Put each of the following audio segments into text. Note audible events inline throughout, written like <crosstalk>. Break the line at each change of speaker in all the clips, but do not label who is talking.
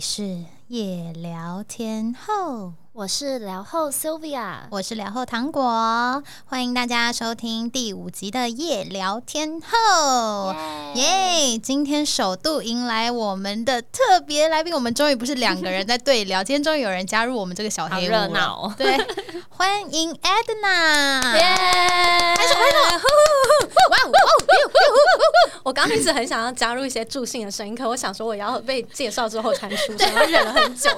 是夜聊天后，
我是聊后 Sylvia，
我是聊后糖果，欢迎大家收听第五集的夜聊天后。耶！今天首度迎来我们的特别来宾，我们终于不是两个人在对聊，今天终于有人加入我们这个小
好
黑屋
热
了。
闹哦！
对，欢迎
<laughs>
Edna。
耶！
拍手拍手，
哇哦哇哦！我刚刚一直很想要加入一些助兴的声音，可我想说我要被介绍之后才出声，我忍了很久。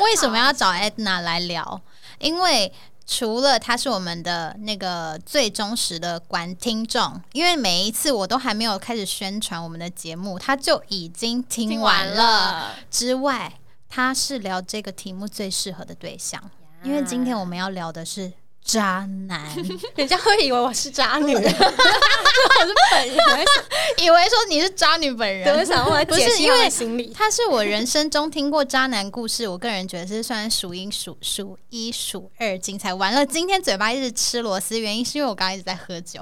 为什么要找 Edna 来聊？因为除了她是我们的那个最忠实的观听众，因为每一次我都还没有开始宣传我们的节目，她就已经听完了。之外，她是聊这个题目最适合的对象，因为今天我们要聊的是渣男，
人家会以为我是渣女，我是本人。
<laughs> 以为说你是渣女本
对，我
人。
想我来解
不是
析
因
他
为
的心理。
她是我人生中听过渣男故事，我个人觉得是算数一数数一数二精彩。完了，今天嘴巴一直吃螺丝，原因是因为我刚刚一直在喝 <laughs> 酒，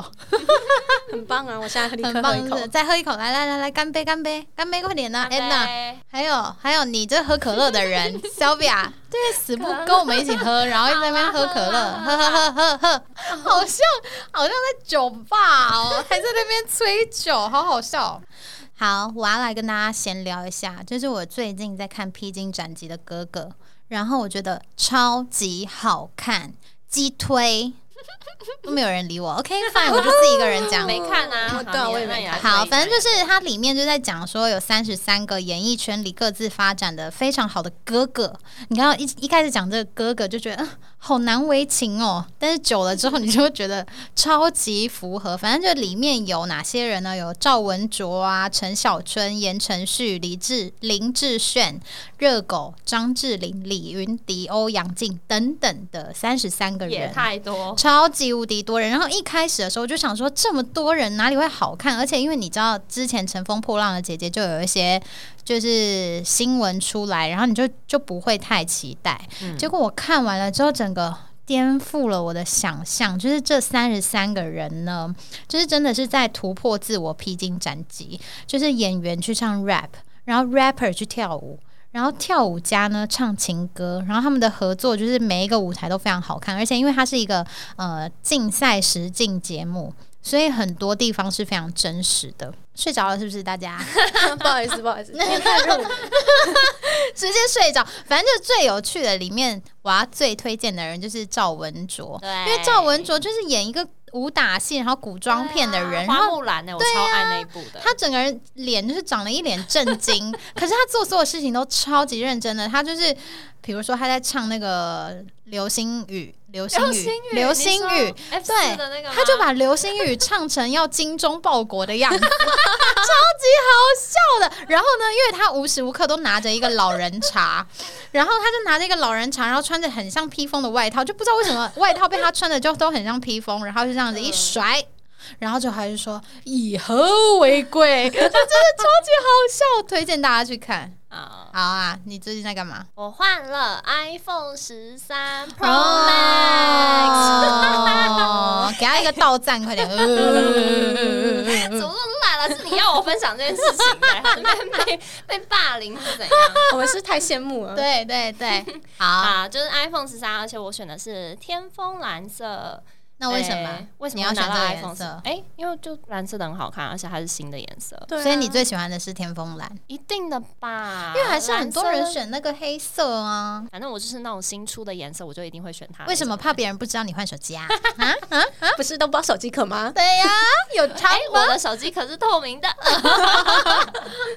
很棒啊！我现在立刻
很
喝
棒
一口
是。再喝一口，来来来来，干杯干杯干杯，快点呐、安娜，
对
还有还有你这喝可乐的人，Sylvia，对，死不跟我们一起喝，然后一直在那边喝可 <laughs> 乐，喝喝喝喝喝，好像好像在酒吧哦，还在那边吹酒，好好笑哦。好，我要来跟大家闲聊一下，就是我最近在看《披荆斩棘的哥哥》，然后我觉得超级好看，鸡推都没有人理我，OK fine，我就自己一个人 <laughs> 讲，
没看啊，
我对啊
好
我也没看
那也还
好，
可以
反正就是它里面就在讲说有三十三个演艺圈里各自发展的非常好的哥哥。你刚刚一一开始讲这个哥哥就觉得、嗯、好难为情哦，但是久了之后你就会觉得超级符合。 <laughs> 反正就里面有哪些人呢？有赵文卓啊、陈小春、言承旭、李志、林志炫、热狗、张智霖、李云迪、欧阳靖等等的三十三个
也
人。
太多，
超级无敌多人。然后一开始的时候我就想说，这么多人哪里会好看？而且因为你知道，之前《乘风破浪的姐姐》就有一些就是新闻出来，然后你就就不会太期待。结果我看完了之后，整个。颠覆了我的想象，就是这三十三个人呢，就是真的是在突破自我、披荆斩棘。就是演员去唱 rap，然后 rapper 去跳舞，然后跳舞家呢唱情歌，然后他们的合作就是每一个舞台都非常好看，而且因为它是一个呃竞赛实境节目，所以很多地方是非常真实的。睡着了是不是大家？ <laughs>
不好意思，不好意思，今天太热了。
直接睡着。反正就是最有趣的里面，我要最推荐的人就是赵文卓，
对，
因为赵文卓就是演一个武打戏，然后古装片的人，然
啊花
后
木兰欸呢，我超爱那一部的，
他整个人脸就是长了一脸震惊， <laughs> 可是他做所有事情都超级认真的。他就是，比如说他在唱那个流星雨，流星雨，流星雨，对
的那个吗，
他就把流星雨唱成要精忠报国的样
<laughs>
子，超级好笑的。然后呢，因为他无时无刻都拿着一个老人茶，然后他就拿着一个老人茶，然后穿着很像披风的外套，就不知道为什么外套被他穿的就都很像披风，然后就这样子一甩。然后就还是说以和为贵， <laughs> 就真的超级好笑，推荐大家去看。
啊，
好啊，你最近在干嘛
我换了 iPhone 十三
<laughs>
Pro
哦
Max，
给他一个倒赞，
<laughs>
快点！呃
怎么那么懒了？是你要我分享这件事情的，被被被霸凌是怎样？
我们是太羡慕了。
对对对， <laughs> 好。
啊，就是 iPhone 十三，而且我选的是天枫蓝色。
那为什么？
哎为什么
你要
拿
选这
到
个
iPhone
颜
十？
色？
哎，因为就蓝色的很好看，而且它是新的颜色，
对啊
所以你最喜欢的是天风蓝，
一定的吧？
因为还是很多人
蓝色。
选那个黑色啊。
反正我就是那种新出的颜色，我就一定会选它。
为什么怕别人不知道你换手机啊？啊啊！
不是都不知道手机壳吗？
<laughs> 对呀，有 <laughs> 差
哎、我的手机可是透
<laughs>
明的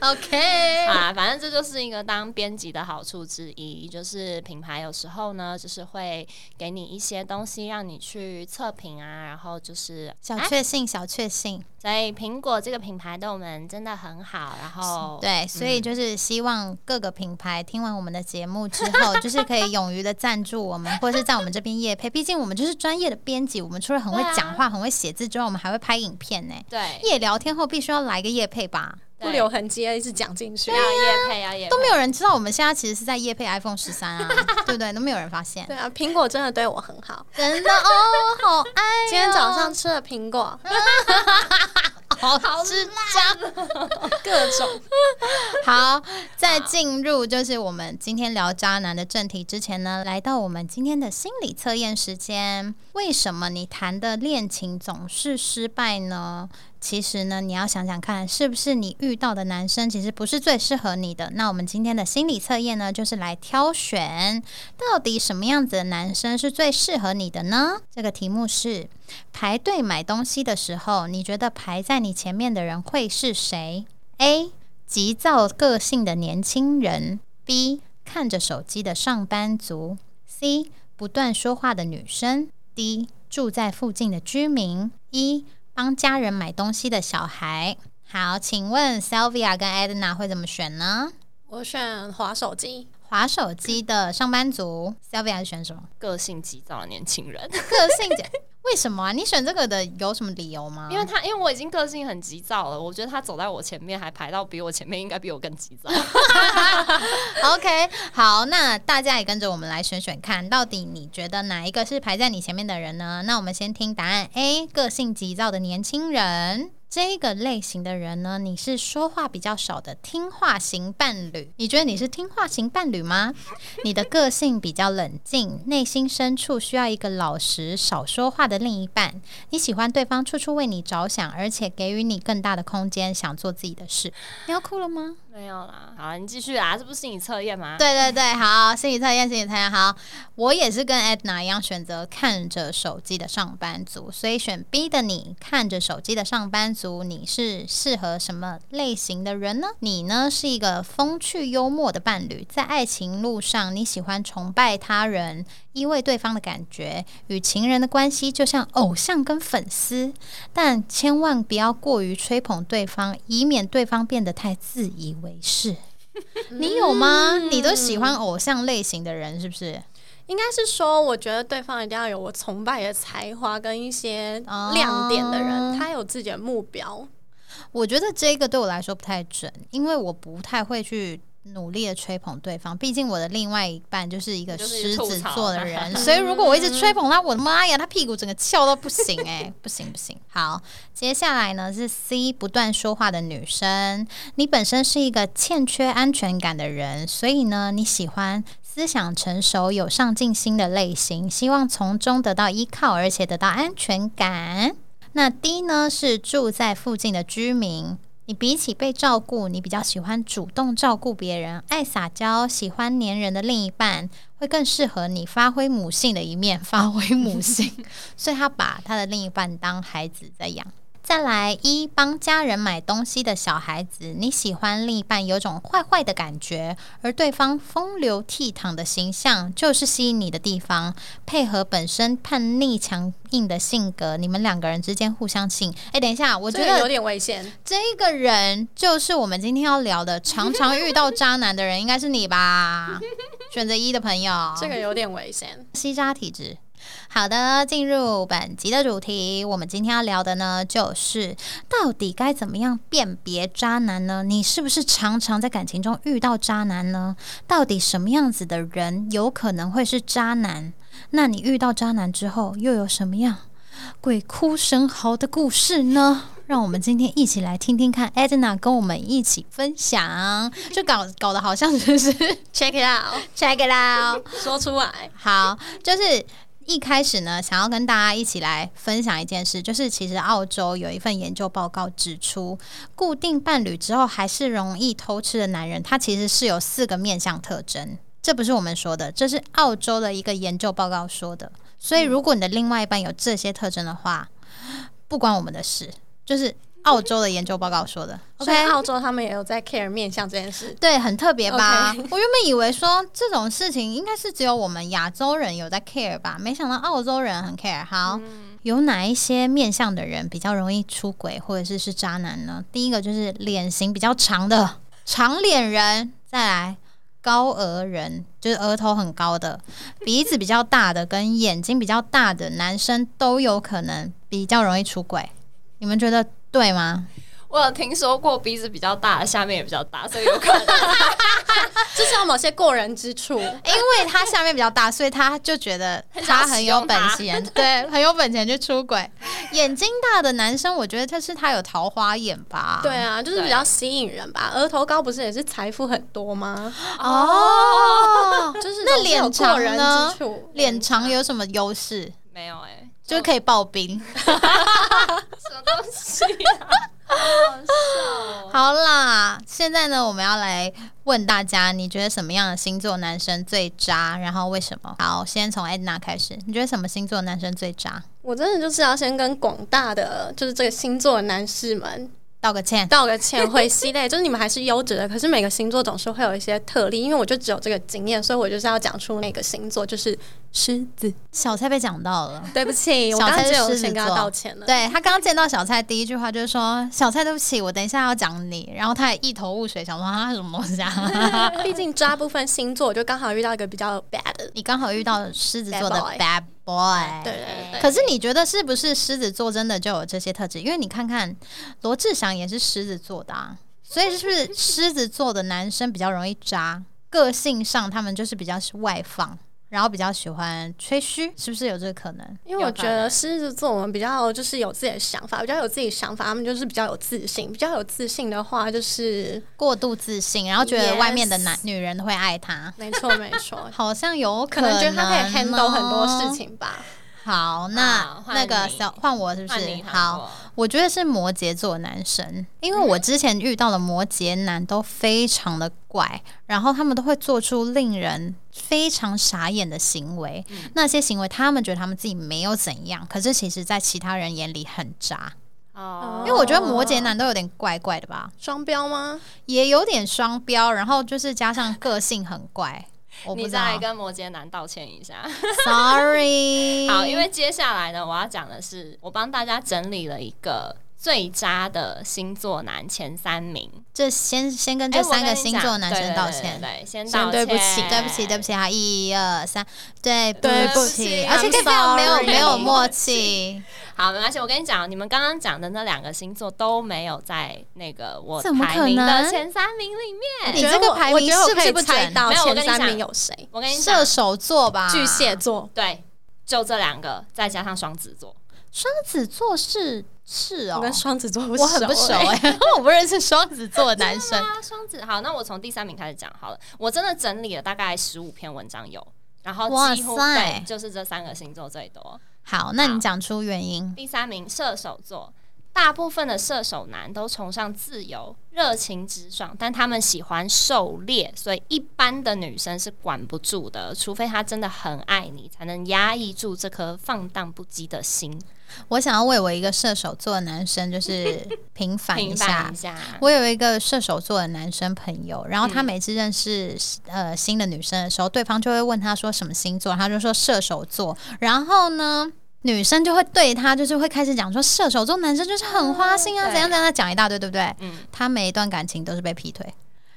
OK，
啊！反正这就是一个当编辑的好处之一，就是品牌有时候呢，就是会给你一些东西让你去测评啊，然后就是
小
哎
确幸，小确幸。
所以苹果这个品牌对我们真的很好，然后
对，所以就是希望各个品牌听完我们的节目之 <laughs> 后，就是可以勇于的赞助我们，或者是在我们这边夜配。毕竟我们就是专业的编辑，我们除了很会
对啊
讲话、很会写字之外，我们还会拍影片呢。
对
夜聊天后必须要来个夜配吧？
不留痕迹，一直讲进去
对。要夜配啊，夜
都没
有
有人知道我们现在其实是在夜配 iPhone 十三啊，对不对？都没有人发现
对，啊，苹果真的对我很好。
真的哦，好爱
今天早上吃了苹果，
好智障，
各种
好，在进入就是我们今天聊渣男的正题之前呢，来到我们今天的心理测验时间。为什么你谈的恋情总是失败呢？其实呢，你要想想看，是不是你遇到的男生其实不是最适合你的？那我们今天的心理测验呢，就是来挑选到底什么样子的男生是最适合你的呢？这个题目是排队买东西的时候，你觉得排在你前面的人会是谁？A. 急躁个性的年轻人；B. 看着手机的上班族；C. 不断说话的女生；D. 住在附近的居民；E. 帮家人买东西的小孩。好，请问 Sylvia 跟 Edna 会怎么选呢？
我选滑手机，
滑手机的上班族，Sylvia 选什么？
个性急躁的年轻人，
个性姐， <laughs> 为什么啊？你选这个的有什么理由吗？
因为他因为我已经个性很急躁了，我觉得他走在我前面还排到比我前面，应该比我更急躁。
<laughs> OK，好，那大家也跟着我们来选选看，到底你觉得哪一个是排在你前面的人呢？那我们先听答案 A，个性急躁的年轻人。这个类型的人呢，你是说话比较少的听话型伴侣。你觉得你是听话型伴侣吗？你的个性比较冷静，内心深处需要一个老实、少说话的另一半。你喜欢对方处处为你着想，而且给予你更大的空间，想做自己的事。你要哭了吗？
<laughs> 没有啦，好啦，你继续啊，这不是你测验吗？，
对对对，好，心理测验，心理测验，好，我也是跟 Edna 一样选择看着手机的上班族，所以选 B 的你，看着手机的上班族，你是适合什么类型的人呢？你呢是一个风趣幽默的伴侣，在爱情路上，你喜欢崇拜他人，依偎对方的感觉，与情人的关系就像偶像跟粉丝，但千万不要过于吹捧对方，以免对方变得太自以为是。你有吗？你都喜欢偶像类型的人是不是？
应该是说，我觉得对方一定要有我崇拜的才华跟一些亮点的人，
哦
他有自己的目标。
我觉得这个对我来说不太准，因为我不太会去努力的吹捧对方。毕竟我的另外一半就是一个
就是一
狮
个
子
吐槽
座的人，所以如果我一
<laughs>
直吹捧他，我的妈呀，他屁股整个翘到不行哎、不行不行。好，接下来呢是 C 不断说话的女生，你本身是一个欠缺安全感的人，所以呢你喜欢。思想成熟、有上进心的类型，希望从中得到依靠，而且得到安全感。那 D 呢是住在附近的居民。你比起被照顾，你比较喜欢主动照顾别人，爱撒娇，喜欢黏人的另一半，会更适合你发挥母性的一面，发挥母性。所以他把他的另一半当孩子在养。再来一帮家人买东西的小孩子，你喜欢另一半有种坏坏的感觉，而对方风流倜傥的形象就是吸引你的地方。配合本身叛逆强硬的性格，你们两个人之间互相吸引。哎，等一下，我
我
觉
觉得有
得
点危险，
这个人就是我们今天要聊的，常常遇到渣男的人，应该是你吧？选择一的朋友，
这个有点危险。
西渣体质。好的，进入本集的主题，我们今天要聊的呢，就是到底该怎么样辨别渣男呢？你是不是常常在感情中遇到渣男呢？到底什么样子的人有可能会是渣男？那你遇到渣男之后，又有什么样鬼哭神嚎的故事呢？让我们今天一起来听听看，Edna 跟我们一起分享，就搞搞得好像就是 <laughs>
Check it out，
check it out。
说出来。
好，就是一开始呢，想要跟大家一起来分享一件事，就是其实澳洲有一份研究报告指出，固定伴侣之后还是容易偷吃的男人，他其实是有四个面相特征。这不是我们说的，这是澳洲的一个研究报告说的。所以，如果你的另外一半有这些特征的话，不关我们的事，就是澳洲的研究报告说的。
所
OK，
以澳洲他们也有在 care 面相这件事。
对，很特别吧
OK
<laughs> 我原本以为说这种事情应该是只有我们亚洲人有在 care 吧，没想到澳洲人很 care。好，
嗯
有哪一些面向的人比较容易出轨或者是是渣男呢？第一个就是脸型比较长的长脸人，再来高额人，就是额头很高的，鼻子比较大的跟眼睛比较大的男生都有可能比较容易出轨。你们觉得对吗？
我有听说过鼻子比较大，下面也比较大，所以有可能。
啊
至少某些过人之处。
因为他下面比较大，所以他就觉得他 <laughs> 很有本钱， <laughs> 对，很有本钱去出轨。眼睛大的男生，我觉得就是他有桃花眼吧。
对啊，就是比较吸引人吧。额头高不是也是财富很多吗？
<laughs> 哦，
就是
那
总是有
脸
过
长
人
呢
之处，
<laughs> 脸长有什么优势？
<laughs> 没有哎、
就是可以刨冰。
<laughs> 什么东西、 <laughs> 啊？好好笑哦
好啦，现在呢，我们要来问大家，你觉得什么样的星座男生最渣？然后为什么？好，先从 Edna 开始，你觉得什么星座男生最渣？
我真的就是要先跟广大的就是这个星座的男士们
道个歉。
道个歉，会系列，就是你们还是优质的，可是每个星座总是会有一些特例，因为我就只有这个经验，所以我就是要讲出那个星座就是狮子。
小蔡被讲到了。
对不起，我
小
刚
蔡是
刚就有哦
狮子
先跟他
座
道歉了。
对他刚见到小蔡，第一句话就是说：“小蔡，对不起，我等一下要讲你。”然后他也一头雾水，想说他什么东西啊？ <laughs>
毕竟抓部分星座，我就刚好遇到一个比较 bad 的。
你刚好遇到狮子座的 bad
Bad
boy，
对对对，
可是你觉得是不是狮子座真的就有这些特质？因为你看看罗志祥也是狮子座的啊，所以是不
<laughs>
是狮子座的男生比较容易渣？个性上他们就是比较是外放，然后比较喜欢吹嘘，是不是有这个可能？
因为我觉得狮子座我们比较就是有自己的想法，比较有自己想法，他们就是比较有自信，比较有自信的话就是
过度自信，然后觉得
Yes
外面的男女人会爱他，
没错 <laughs> 没错，
好像有
可
能、
能
哦、
觉得他可以 handle 很多事。情吧。
好，那、
啊换
那个
你
小换我是不
换
是
你？
好，
好，
我觉得是摩羯座的男生，因为我之前遇到的摩羯男都非常的怪，然后他们都会做出令人非常傻眼的行为。那些行为，他们觉得他们自己没有怎样，可是其实在其他人眼里很渣。
哦
因为我觉得摩羯男都有点怪怪的吧，
双标吗？
也有点双标，然后就是加上个性很怪。我不
你
知
再来
道
跟摩羯男道歉一下。
<laughs> ，sorry。
<laughs> 好，因为接下来呢，我要讲的是，我帮大家整理了一个最渣的星座男前三名。
这先先跟
哎
这
我
三个
跟你
星
讲
座的男
对
生
对
道
对
歉。
对，对先
先
道
对不
歉
起
对不起，对不起，好，一二三，对不
对
不
起，
起
而且
I'm
这非常没有
sorry
没有默契，
好，没关系，我跟你讲，你们刚刚讲的那两个星座都没有在那个我
怎么可
排名的
能
前三名里面。
你
觉得
这个
我
排
我
名
觉得我
是不
可以
是不
猜
准
到
没有我
前
跟你
三
讲
名有谁？
我跟你
射
讲，
手座吧，
巨蟹座，
对，就这两个，再加上双子座，
双子座是是
我
哦
跟，双子座不
我很不熟
熟
哎
欸，
我不认识双子座的男生，
啊，双子。好，那我从第三名开始讲好了。我真的整理了大概十五篇文章有，然后几乎
哇塞
对，就是这三个星座最多。
好，那你
好
讲出原因，
第三名射手座，大部分的射手男都崇尚自由、热情直爽，但他们喜欢狩猎，所以一般的女生是管不住的，除非她真的很爱你，才能压抑住这颗放荡不羁的心。
我想要为我一个射手座的男生就是 <laughs> 平反一
平
下
凡一。下，
我有一个射手座的男生朋友，然后他
嗯
每次认识、呃新的女生的时候，对方就会问他说什么星座，他就说射手座。然后呢，女生就会对他就是会开始讲说射手座男生就是很花心啊，
嗯
怎样怎样，讲一大堆，对不对？
嗯，
他每一段感情都是被劈腿，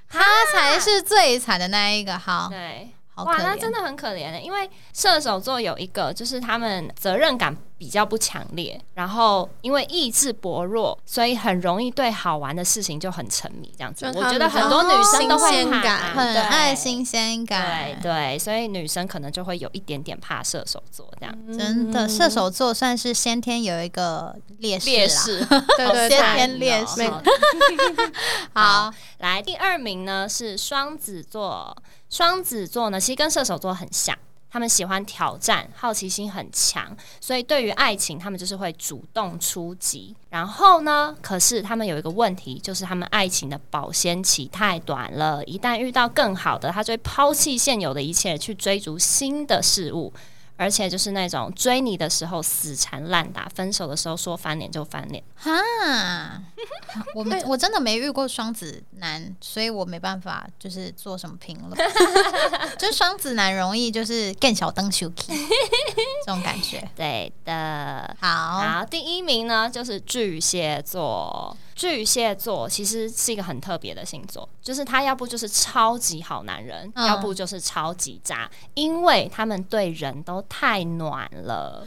他才是最惨的那一个。好，
对。
好可
哇，那真
怜。
的很可怜的，欸因为射手座有一个就是他们责任感比较不强烈，然后因为意志薄弱，所以很容易对好玩的事情就很沉迷，这样子
就。是
我
他
觉
们
得
比较
很多女生都会
新鲜
怕啊
感
很
对
爱新鲜感
对，对，所以女生可能就会有一点点怕射手座这样。
真
嗯
的，射手座算是先天有一个劣势啦。
势，
<laughs>
对
先
对对，
天劣势
哦好
好，
来第二名呢是双子座，双子座呢其实跟射手座很像。他们喜欢挑战，好奇心很强，所以对于爱情，他们就是会主动出击。然后呢，可是他们有一个问题，就是他们爱情的保鲜期太短了，一旦遇到更好的，他就会抛弃现有的一切，去追逐新的事物。而且就是那种追你的时候死缠烂打，分手的时候说翻脸就翻脸。
哈， <laughs> 哎我们我真的没遇过双子男，所以我没办法就是做什么评论。 <laughs> 就是双子男容易就是更小灯 s h 这种 <laughs> 感觉。
对的，
好，
哦
好，第一名呢就是巨蟹座。巨蟹座其实是一个很特别的星座，就是他要不就是超级好男人，
嗯
要不就是超级渣，因为他们对人都太暖了，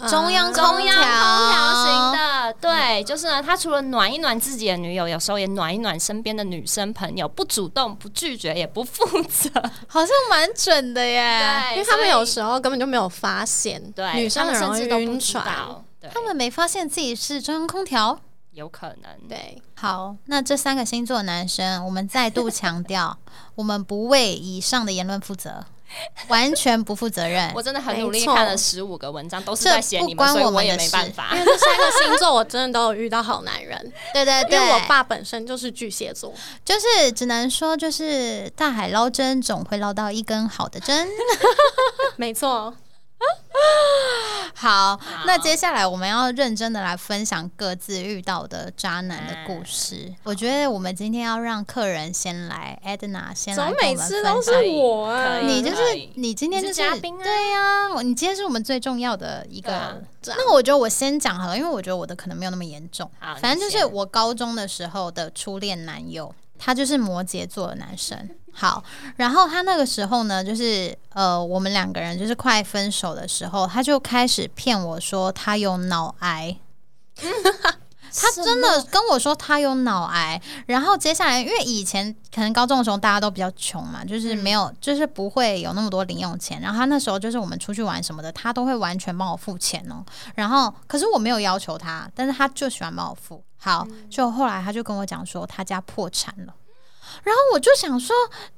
嗯
中央
中央空调型
空调
的。对，就是呢，他除了暖一暖自己的女友，有时候也暖一暖身边的女生朋友，不主动、不拒绝，也不负责。
好像蛮准的耶。
对，
因为他们
所以
有时候根本就没有发现，
对
女生
他们
很
甚
容易
至都不
晕
知
船，
道，对，
他们没发现自己是中央空调。
有可能
对，
好，那这三个星座的男生，我们再度强调，我们不为以上的言论负责，完全不负责任
我。真的很努力
没错
看了十五个文章，都是
这
在写
不
你们，
关
所以
我们
也
的
没
事
办法
因。为这三个星座我真的都有遇到好男人，
对对
因
对，
为我爸本身就是巨蟹座，
就是只能说，就是大海捞针，总会捞到一根好的针。
没错，
好，那接下来我们要认真的来分享各自遇到的渣男的故事。我觉得我们今天要让客人先来，Edna 先
怎
来
么
跟我
每
们
次
分
都
享
是我啊？
可以
你就是
可以
你今天
你
就是
嘉宾啊
对呀、我你今天是我们最重要的一
对啊
个。
这样
那我觉得我先讲好了，因为我觉得我的可能没有那么严重。
好
反正
你
就是
先
我高中的时候的初恋男友，他就是摩羯座的男生。好，然后他那个时候呢，就是呃，我们两个人就是快分手的时候，他就开始骗我说他有脑
<laughs>
癌。他真的跟我说他有脑癌，然后接下来，因为以前可能高中的时候大家都比较穷嘛，就是
嗯
没有，就是不会有那么多零用钱。然后他那时候就是我们出去玩什么的，他都会完全帮我付钱哦。然后可是我没有要求他，但是他就喜欢帮我付。好，就后来他就跟我讲说他家破产了，然后我就想说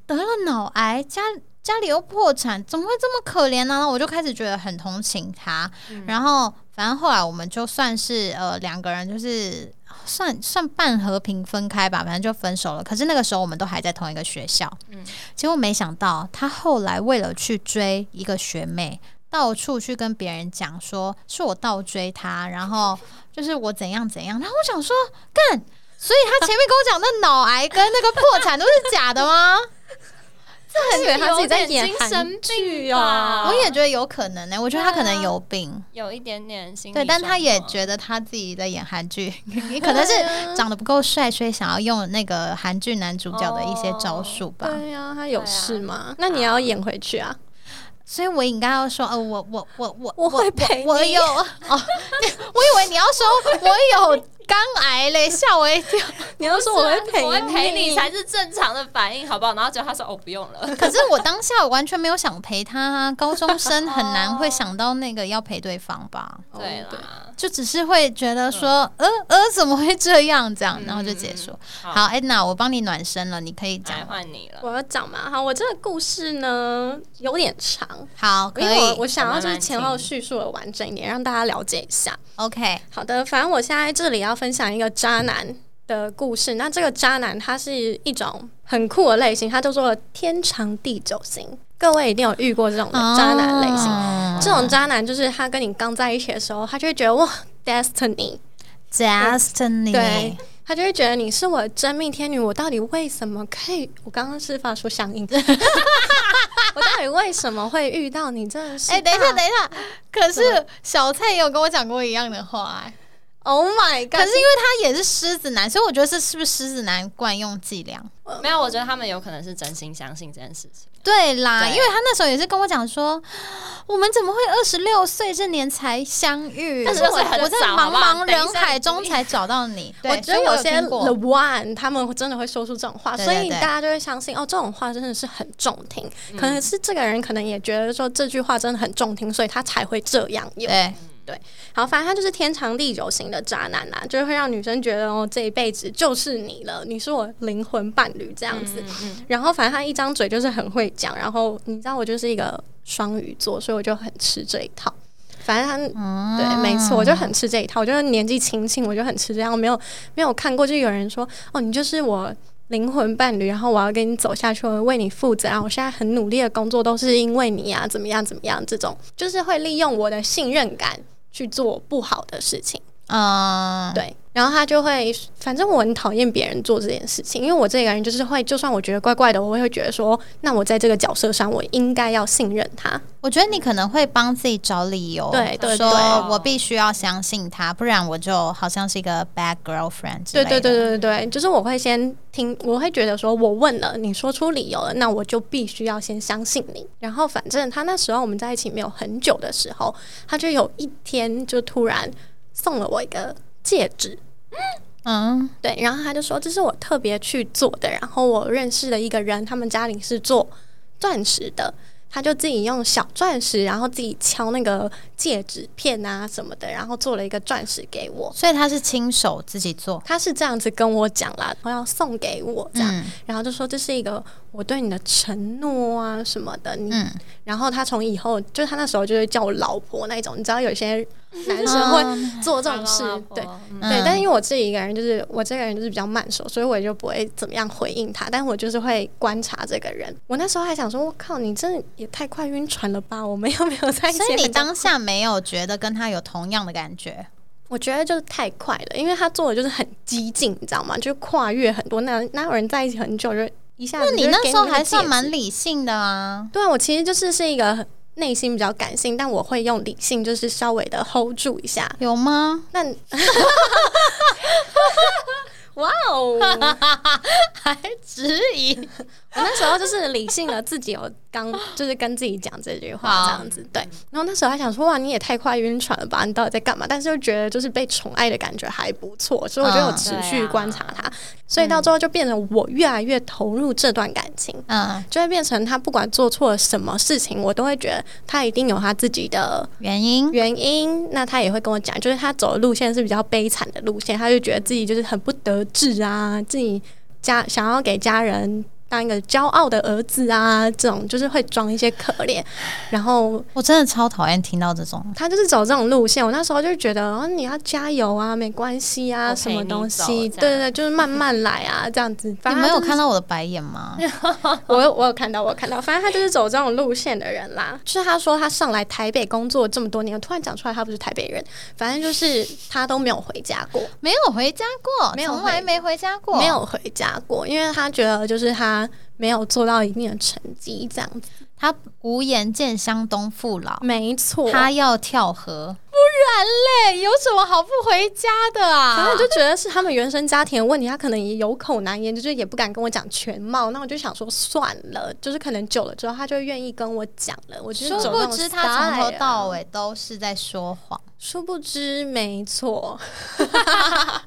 得了脑癌，家家里又破产，怎么会这么可怜呢、我就开始觉得很同情他。
嗯
然后反正后来我们就算是呃两个人就是算算半和平分开吧，反正就分手了。可是那个时候我们都还在同一个学校，嗯，结果没想到他后来为了去追一个学妹。到处去跟别人讲说是我倒追他，然后就是我怎样怎样，然后我想说干，所以他前面跟我讲那脑癌跟那个破产都是假的
<laughs>
吗？
他以为
<laughs>
他自己在
有点
演
精神
韩剧
病吧
哦，
我也觉得有可能欸呢、我觉得他可能有病。
有一点点心理
对，但他也
状况
觉得他自己在演韩剧， <laughs> 也可能
啊
是长得不够帅，所以想要用那个韩剧男主角的一些招数吧。
哦对呀、他有事
对
吗？
啊
那你要演回去啊？
所以我应该要说，呃，我我我我
我会陪哎你
我有哦，我以为你要说我有肝癌嘞，吓我一跳。
你要说我
啊
会陪，
我会陪你才。是正常的反应，好不好？然后结果他说哦，不用
<laughs>
了，
可是我当下我完全没有想陪他、啊，高中生很难会想到那个要陪对方吧。
哦
对啦，
就只是会觉得说，
嗯
呃呃，怎么会这样？这样，然后就结束。
嗯
好，安娜，我帮你暖身了，你可以
来
哎
讲。
换你了。
我要讲嘛，好，我这个故事呢有点长，
好，可
因为我
以。
我想要就是前
慢
后
慢听
叙述的完整一点，让大家了解一下。
OK，
好的，反正我现在这里要分享一个渣男的故事。那这个渣男他是一种很酷的类型，他叫做天长地久型。各位一定有遇过这种的渣男类型。
型
这种渣男就是他跟你刚在一起的时候，他就会觉得哇，destiny，
Destiny，
对，他就会觉得你是我的真命天女，我到底为什么可以？我刚刚是发出响应， <laughs> 我到底为什么会遇到你？真的是
哎、等一下，
大
等一下。可是小蔡也有跟我讲过一样的话、哎
，Oh my
可
god！
是因为他也是狮子男，所以我觉得是是不是狮子男惯用伎俩？
没有，我觉得他们有可能是真心相信这件事情。
对啦，因
对
为他那时候也是跟我讲说，我们怎么会二十六岁这年才相遇？
但是就是很
我在啊茫
早好不好
茫
等一下
人海
你
中才找到你。对
我觉
所
得
以我
些
听过
the one 他们真的会说出这种话，
对
所以
对对嗯
大家就会相信哦，这种话真的是很中听。可能是这个人可能也觉得说这句话真的很中听，所以他才会这样用。
对，
好，反正他就是天长地久型的渣男啦、就是会让女生觉得哦，这一辈子就是你了，你是我灵魂伴侣这样子。然后反正他一张嘴就是很会讲，然后你知道我就是一个双鱼座，所以我就很吃这一套。反正他、
嗯
对，没错，我就很吃这一套。我就是年纪轻轻，我就很吃这样。我没有没有看过，就有人说哦，你就是我灵魂伴侣，然后我要跟你走下去，我为你负责。然啊后我现在很努力的工作都是因为你啊，怎么样怎么样，这种就是会利用我的信任感去做不好的事情。
嗯，
对，然后他就会，反正我很讨厌别人做这件事情，因为我这个人就是会，就算我觉得怪怪的，我也会觉得说，那我在这个角色上，我应该要信任他。
我觉得你可能会帮自己找理由，
对对
说
对
我必须要相信他，不然我就好像是一个 bad girlfriend 之
对
类的。
对对对对对，就是我会先听，我会觉得说我问了，你说出理由了，那我就必须要先相信你。然后反正他那时候我们在一起没有很久的时候，他就有一天就突然送了我一个戒指，
嗯，
对，然后他就说这是我特别去做的，然后我认识的一个人，他们家里是做钻石的，他就自己用小钻石，然后自己敲那个戒指片啊什么的，然后做了一个钻石给我。
所以他是亲手自己做，
<laughs> 他是这样子跟我讲啦，我要送给我这样，
嗯
然后就说这是一个我对你的承诺啊什么的，你。
嗯，
然后他从以后，就是他那时候就会叫我老婆那一种，你知道有些男生会
嗯
做这种事，对，
对，
对，
嗯
但因为我自己一个人，就是我这个人就是比较慢熟，所以我也就不会怎么样回应他，但我就是会观察这个人。我那时候还想说，我靠，你真的也太快晕船了吧！我们又没有在一起
所
很久，
以你当下没有觉得跟他有同样的感
<laughs>
觉，
我觉得就是太快了，因为他做的就是很激进，你知道吗？就是跨越很多，哪哪有人在一起很久就一下
那
子？
你那时候还算
算
蛮理性的啊。
对啊，我其实就是是一个内心比较感性，但我会用理性，就是稍微的 hold 住一下。
有
<laughs>
吗？
那
<laughs>
哇哦！
还质疑？
我那时候就是理性了，自己有刚就是跟自己讲这句话
好
这样子，对。然后那时候还想说，哇，你也太快晕船了吧，你到底在干嘛？但是又觉得就是被宠爱的感觉还不错，所以我就有
嗯
持
对
续
啊
观察他，所以到最后就变成我越来越投入这段感情，
<laughs> 嗯，
就会变成他不管做错了什么事情，我都会觉得他一定有他自己的
原因
原因，那他也会跟我讲，就是他走的路线是比较悲惨的路线，他就觉得自己就是很不得志啊，自己家想要给家人当一个骄傲的儿子啊，这种就是会装一些可怜。然后
我真的超讨厌听到这种。
他就是走这种路线，我那时候就觉得，哦，你要加油啊，没关系啊，
我
什
陪你
么东
走这
西，
样
对对对，就是慢慢来啊，这样子。
你
反正
没
他
有
就是
看到我的白眼
<laughs>
吗？
我有我有看到，我有看到，反正他就是走这种路线的人啦。就是他说他上来台北工作这么多年，突然讲出来他不是台北人，反正就是他都没有回家过，
没有回家过，
没有回
从来没回家过，
没。有回家过，因为他觉得就是他没有做到一定的成绩，这样子。
他无颜见湘东父老，
没错，啊
他要跳河，不然嘞，有什么好不回家的
然
啊
后我就觉得是他们原生家庭的问题，他可能也有口难言，就是也不敢跟我讲全貌。那我就想说算了，就是可能久了之后，他就愿意跟我讲了。我就是
殊
走那
不
种
知他从
style
头到，尾都是在说谎。
殊不知没错。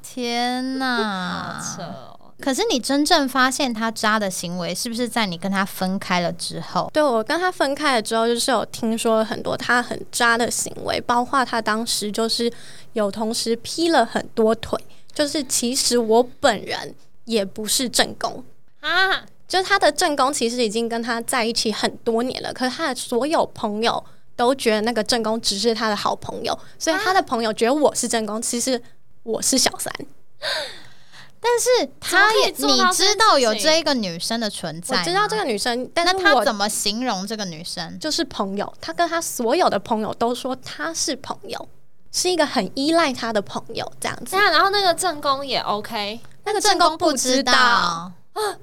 天哪！
扯哦，
可是你真正发现他渣的行为，是不是在你跟他分开了之后？
对我跟他分开了之后，就是有听说很多他很渣的行为，包括他当时就是有同时劈了很多腿，就是其实我本人也不是正宫。
啊，
就是他的正宫其实已经跟他在一起很多年了，可是他的所有朋友都觉得那个正宫只是他的好朋友，所以他的朋友觉得我是正宫，其实我是小三。
但是他也，
怎么可以做
你
到
知道有
这件事情
这一个女生的存
我
在，
知道这个。女生，但是
那他
我
怎么形容这个女生？
就是朋友，他跟他所有的朋友都说他是朋友，是一个很依赖他的朋友这样子
对。啊，然后那个正宫也 OK，
那个
正
正宫
宫
不
知
知道，
道，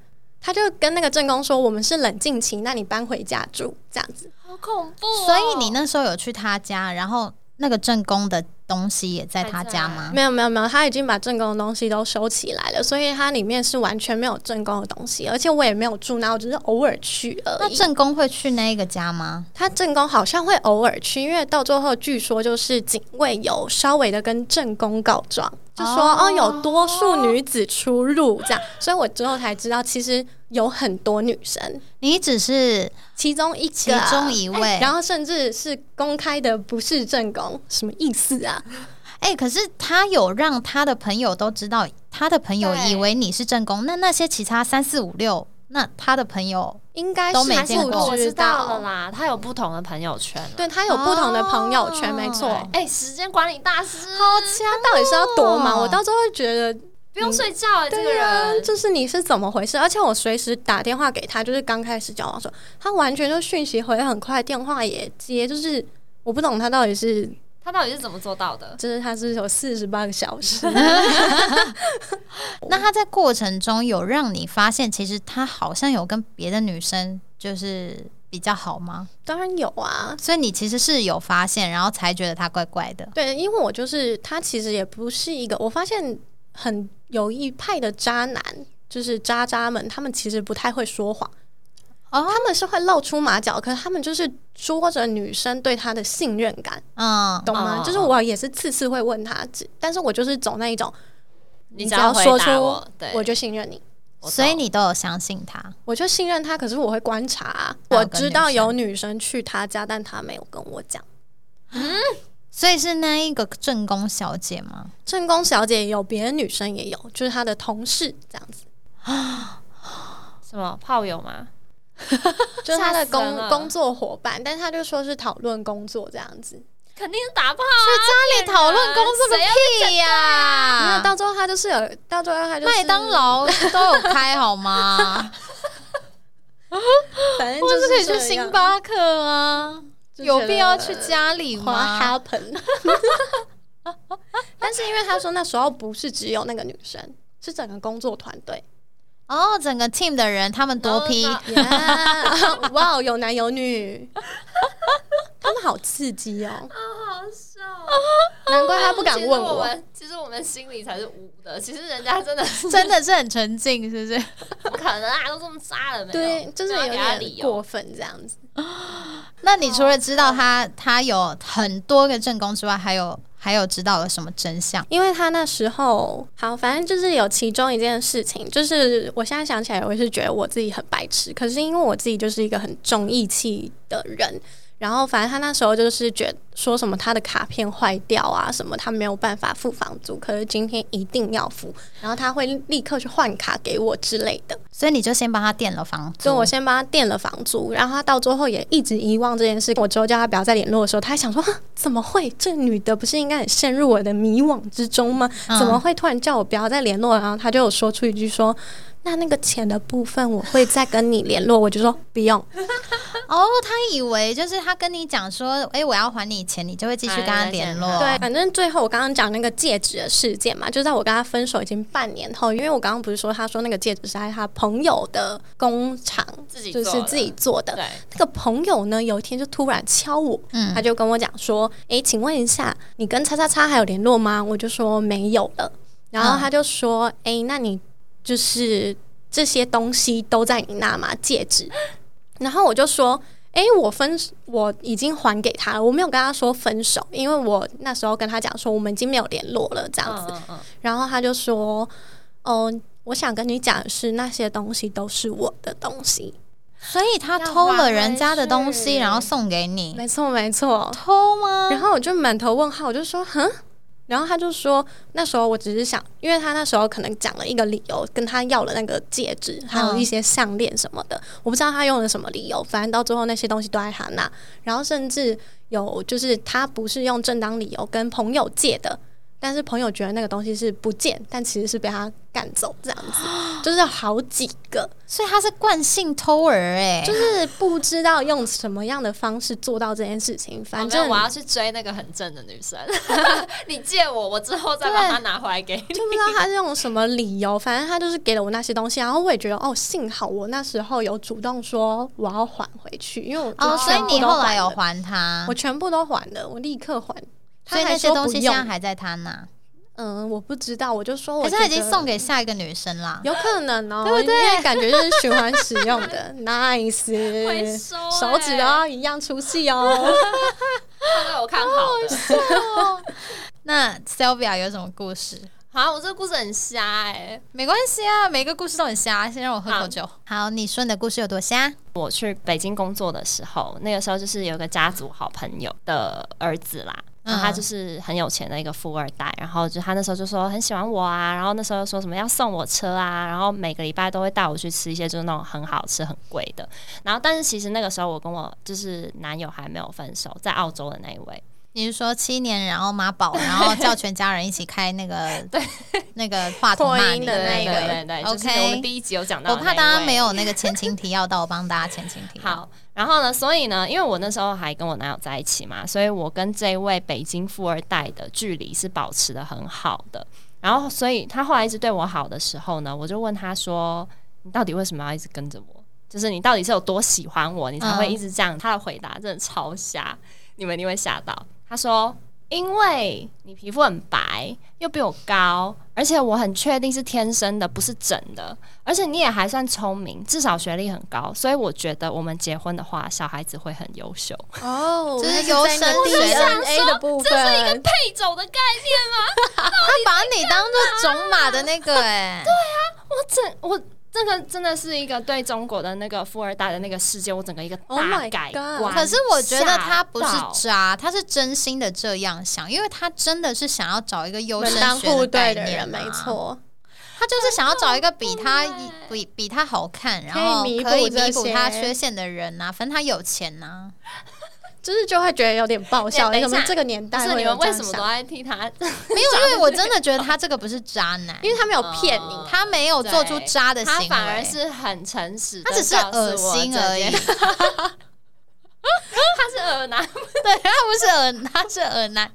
他就跟那个正宫说：“我们是冷静期，那你搬回家住这样子。
好恐怖哦。
所以你那时候有去他家，然后那个正宫的东西也在他家吗？”
没有没有没有，他已经把正宫的东西都收起来了，所以它里面是完全没有正宫的东西，而且我也没有住那，我只是偶尔去而
那
已。
正宫会去那一个家吗？
他正宫好像会偶尔去，因为到最后据说就是警卫有稍微的跟正宫告状，就说
哦
哦有多数女子出入这样，所以我之后才知道其实有很多女生，
你只是
其中一个啊哎
其中一位。
然后甚至是公开的不是正宫，什么意思啊？
哎、可是他有让他的朋友都知道，他的朋友
对
以为你是正宫，那那些其他三四五六，那他的朋友
应该
都
是
没
不
见过
哦我
知
知道了
道，
啦，他有不同的朋友圈了。
对他有不同的朋友圈，
哦
没错。哦
哎、时间管理大师，
好强，
他到底是要多
哦
忙？我到时候会觉得，
不
嗯
用睡觉哎、这个
对啊，
人
就是你是怎么回事？而且我随时打电话给他，就是刚开始交往的时候，他完全就讯息回得很快，电话也接，就是我不懂他到底是
他到底是怎么做到的？
就是他是有四十八个
<laughs>
小时，
那他在过程中有让你发现，其实他好像有跟别的女生就是比较好吗？
当然有啊。
所以你其实是有发现，然后才觉得他怪怪的。
对，因为我就是他，其实也不是一个。我发现很有一派的渣男，就是渣渣们，他们其实不太会说谎，
哦，
他们是会露出马脚，可是他们就是捉着女生对他的信任感，
嗯，
懂吗？
哦
就是我也是次次会问他，只但是我就是走那一种，
你
只
只要回
说出
答我对
我就信任你。
我
所以
懂
你都有相信他。
我就信任他，可是我会观察啊、
那有
我
跟
知
女
道
生
有女生去他家，但他没有跟我讲。
所以是那一个正宫小姐吗？
正宫小姐也有，别的女生也有，就是他的同事这样子，
<laughs>
什么炮友吗？
就是他
吓
的
死人
工
了
工作伙伴，但他就说是讨论工作这样子。
肯定是打炮啊！
去家里讨论工作个
谁要
屁呀、
那到最后他就是有，到最后他就是
啊麦当，劳都有开好 <laughs> 吗？
反正
或
就是是
可以去
这样
星，巴克啊？
就觉
有
得
必要去家里
What
吗？
happened？但是因为他说那时候不是只有那个女生，是整个工作团队。
哦，整个 team 的人他们多批，
然后
呀 <laughs> 哇哦，有男有女， <laughs> 他们好刺激哦！
好笑哦，
难怪他不敢
其实
问
我
<laughs> 我。
们其实我们心里才是无的，其实人家真的
<laughs>
<laughs>
是
真的是很沉静，是不是？
不可能啊，都这么渣了没有？
对，就是
没
有
有给他理
点过
由。
分这样子。
<laughs> 那你除了知道他他有很多个正宫之外，还有还有知道了什么真相？
因为他那时候，好，反正就是有其中一件事情，就是我现在想起来，我是觉得我自己很白痴。可是因为我自己就是一个很重义气的人，然后反正他那时候就是觉得说什么他的卡片坏掉啊，什么他没有办法付房租，可是今天一定要付，然后他会立刻去换卡给我之类的。
所以你就先帮他垫了房租。
所以我先帮他垫了房租，然后他到最后也一直遗忘这件事。我之后叫他不要再联络的时候，他还想说：啊怎么会？这个女的不是应该很陷入我的迷惘之中吗？
嗯
怎么会突然叫我不要再联络？然后他就有说出一句说：那那个钱的部分我会再跟你联络。我就说
<laughs>
不用，
哦，他以为就是他跟你讲说，哎、我要还你钱，你就会继续跟他联络。
哎
对，，反正最后我刚刚讲那个戒指的事件嘛，就在我跟他分手已经半年后，因为我刚刚不是说他说那个戒指是在他朋友的工厂，
自己
就
做
是
的
自己做的。
对，嗯
那个朋友呢，有一天就突然敲我，他
嗯，
就跟我讲说：“诶，请问一下，你跟叉叉叉还有联络吗？”我就说没有了。然后他就说：“诶，那你就是这些东西都在你那吗？戒指？”然后我就说：“诶，我分我已经还给他了，我没有跟他说分手，因为我那时候跟他讲说我们已经没有联络了
这
这样子。
嗯嗯
然后他就说：“哦、我想跟你讲的是，那些东西都是我的东西。
所以他偷了人家的东西，
要还回去
然后送给你，
没错，没错。
偷吗？
然后我就满头问号，我就说，哼。然后他就说，那时候我只是想，因为他那时候可能讲了一个理由，跟他要了那个戒指，还
嗯
有一些项链什么的，我不知道他用了什么理由。反正到最后那些东西都在他那，然后甚至有就是他不是用正当理由跟朋友借的，但是朋友觉得那个东西是不见，但其实是被他赶走这样
<gasps>
子，就是有好几个，
所以他是惯性偷儿、哎，
就是不知道用什么样的方式做到这件事情。反
反
正
正我要去追那个很正的女生， <laughs> 你借我，我之后再把它拿回来给你。
<laughs> 就不知道他是用什么理由，反正他就是给了我那些东西，然后我也觉得哦，幸好我那时候有主动说我要还回去，因为我
哦，
就
所以
全部
你
都
后来
还
有
了，
还他
我，全部都还了，我立刻还。
所以
他还
那些
说
东西
不
现
用
在还在他那，
嗯，我不知道，我就说我
可是他已经
觉得
送，给下一个女生啦。
有可能哦，
<laughs> 对不对
因为感觉就是循环使用的 <laughs>
回
，nice，
收欸
手指都要一样出戏哦。
欸
这个我看好的。
那 Sylvia 有什么故事？
啊，我这个故事很瞎哎、
没关系啊，每个故事都很瞎。先让我喝口
好
酒。好，你说你的故事有多瞎？
我去北京工作的时候，那个时候就是有个家族好朋友的儿子啦。
嗯
然后他就是很有钱的一个富二代，然后就他那时候就说很喜欢我啊，然后那时候说什么要送我车啊，然后每个礼拜都会带我去吃一些就是那种很好吃很贵的，然后但是其实那个时候我跟我就是男友还没有分手，在澳洲的那一位，
你是说七年，然后妈宝，然后叫全家人一起开那个对那个话筒骂
扩
你
对
音的那
<laughs> 对
一
对
位
对对就是我
OK
们第一集有讲到
我
的那一位，
怕大家没有那个前情提要到，我帮大家前情提要。
好，然后呢？所以呢，因为我那时候还跟我男友在一起嘛，所以我跟这位北京富二代的距离是保持的很好的。然后，所以他后来一直对我好的时候呢，我就问他说：“你到底为什么要一直跟着我？就是你到底是有多喜欢我，你才会一直这样？”他的回答真的超瞎，你们一定会吓到。他说：“因为你皮肤很白，又比我高，而且我很确定是天生的，不是整的。而且你也还算聪明，至少学历很高，所以我觉得我们结婚的话，小孩子会很优秀。
<laughs>
哦
就是
那
优
在那
生
个
学
DNA 的部分，
配种的概念，
他把你当做种马的那个哎、
我整我这个真的是一个对中国的那个富二代的那个世界，我整个一个
Oh
大
my
改
God
观。
可是我觉得他不是
吓到
渣，他是真心的这样想，因为他真的是想要找一个优
门
生
当
学
户
概
对
念
的
嘛
人，没，错。
他就是想要找一个比他
很恐怖欸
比比他好看，然
可以
后
弥
可以
补这
弥补
些
他缺陷的人呐、反正他有钱啊呐、
就是就会觉得有点爆笑，
等一
为
下
什么这个年
不
代
是
会
你
有
们为
这
什
样
么
想
都在替他？
没有，因为我真的觉得他这个不是渣男，
因为他没有骗你，
嗯
他没有做出渣的行
他
为，
反而是很诚实，
他只是恶心而已，。 <laughs> 他
<laughs> 他是恶男，
不是耳，他是耳男，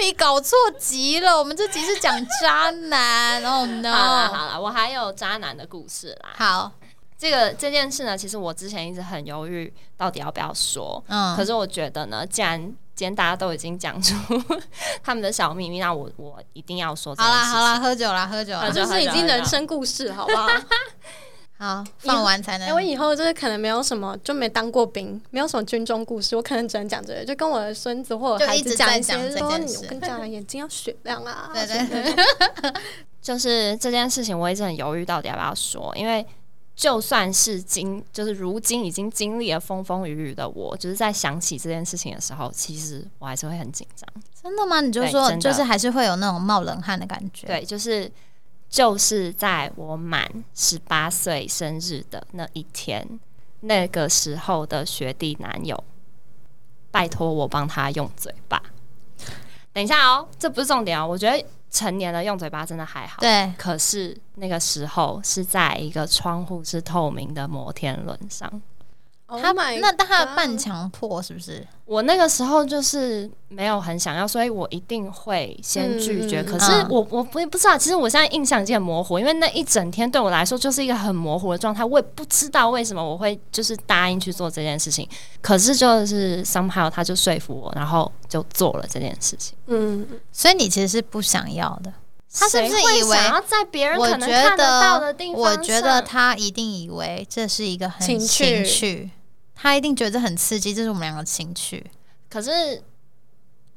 你搞错极了，我们这集是讲渣男，Oh
好啦
no！
好啦，我还有渣男的故事啦。
好，
这个这件事呢，其实我之前一直很犹豫，到底要不要说。
嗯，
可是我觉得呢，既然既然大家都已经讲出 <laughs> 他们的小秘密，那我我一定要说这
好
件事
啦
情。
好啦，喝酒啦喝酒啦
喝，酒
就是已经人生故事，好不好？
好放完才
哎、
能
我。以后就是可能没有什么，就没当过兵，没有什么军中故事，我可能只能讲这个，就跟我的孙子或者
就
孩
一直
子
在
一些
讲这，
说
件
你
事
我跟你讲，眼睛要雪亮啊，
对
什
对
么的
对，
就是这件事情，我一直很犹豫到底要不要说，因为就算是经，就是如今已经经历了风风雨雨的我，就是在想起这件事情的时候，其实我还是会很紧张。
真的吗？你就
对
说，
真的
就是还是会有那种冒冷汗的感觉。，
对，就是就是在我满十八岁生日的那一天，那个时候的学弟男友，拜托我帮他用嘴巴。等一下哦，这不是重点哦，我觉得成年了用嘴巴真的还好。
对，
可是那个时候是在一个窗户是透明的摩天轮上，
Oh
他
my
那但他的
God
半强迫是不是？
我那个时候就是没有很想要，所以我一定会先拒绝。
嗯
可是
嗯
我我不不知道，其实我现在印象已经很模糊，因为那一整天对我来说就是一个很模糊的状态，我也不知道为什么我会就是答应去做这件事情。可是就是 somehow 他就说服我，然后就做了这件事情。
嗯，
所以你其实是不想要的。他是不是
谁会
以为
想要在别人
我
可能
觉
看得到的
得
地，方
我觉得
上
他一定以为这是一个很
情趣
趣他一定觉得很刺激，这是我们两个情趣。
可是，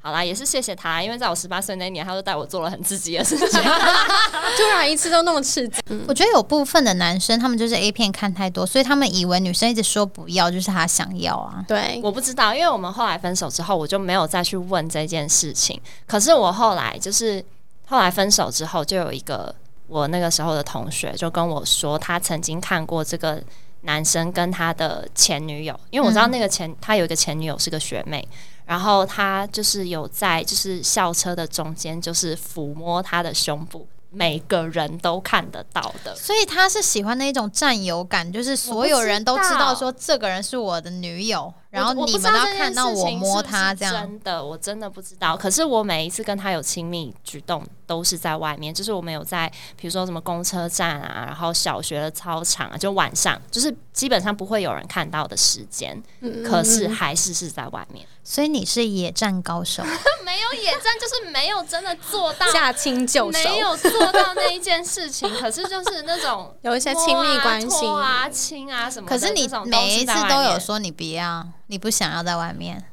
好啦，也是谢谢他，因为在我十八岁那一年，他就带我做了很刺激的事情。
突然一次都那么刺激，
我觉得有部分的男生，他们就是 A 片看太多，所以他们以为女生一直说不要，就是他想要啊。
对，
我不知道，因为我们后来分手之后，我就没有再去问这件事情。可是我后来就是后来分手之后，就有一个我那个时候的同学就跟我说，他曾经看过这个男生跟他的前女友，因为我知道那个前、他有一个前女友是个学妹。然后他就是有在就是校车的中间，就是抚摸他的胸部，每个人都看得到的。
所以他是喜欢那种占有感，就是所有人都知道说这个人是我的女友，然后
我
你们都要看到我摸她
她
这样。
真的，我真的不知道。可是我每一次跟他有亲密举动，都是在外面，就是我们有在，比如说什么公车站啊，然后小学的操场啊，就晚上，就是基本上不会有人看到的时间。
嗯
可是还是是在外面，
所以你是野战高 <laughs> 手，
没有野战，就是没有真的 <laughs> 做到
驾轻就熟，
没有做到那一件事情。可是就是那种
有一些亲密关系，
摸啊、亲啊什么的
可是你
这种
每一
是在
次
外
都
面
有说你不要，你不想要在外面。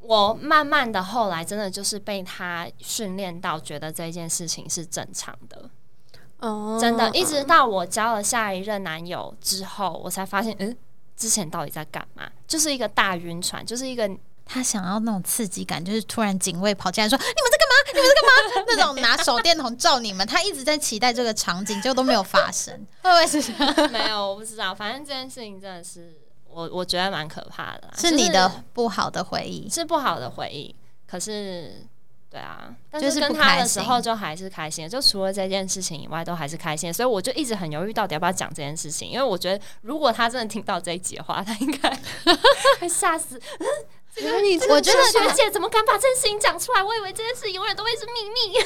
我慢慢的后来真的就是被他训练到，觉得这件事情是正常的，
哦
真的，一直到我交了下一任男友之后，我才发现，嗯，之前到底在干嘛？就是一个大晕船，就是一个
他想要那种刺激感，就是突然警卫跑进来说：“你们在干嘛？你们在干嘛？” <laughs> 那种拿手电筒照你们，他一直在期待这个场景，就都没有发 <laughs> 生，
哦
会不会是
没有，我不知道，反正这件事情真的是我我觉得蛮可怕的啦，
是
就
你的不好的回忆？
是不好的回忆。可是，对啊，但
就是是
跟
不
他
开
的时
心
候就还是开心的，就除了这件事情以外都还是开心的，所以我就一直很犹豫到底要不要讲这件事情，因为我觉得如果他真的听到这一集的话，他应
<laughs>
该会吓死。
你
我觉得
学姐怎么敢把这件事情讲出来？我以为这件事永远都会是秘密。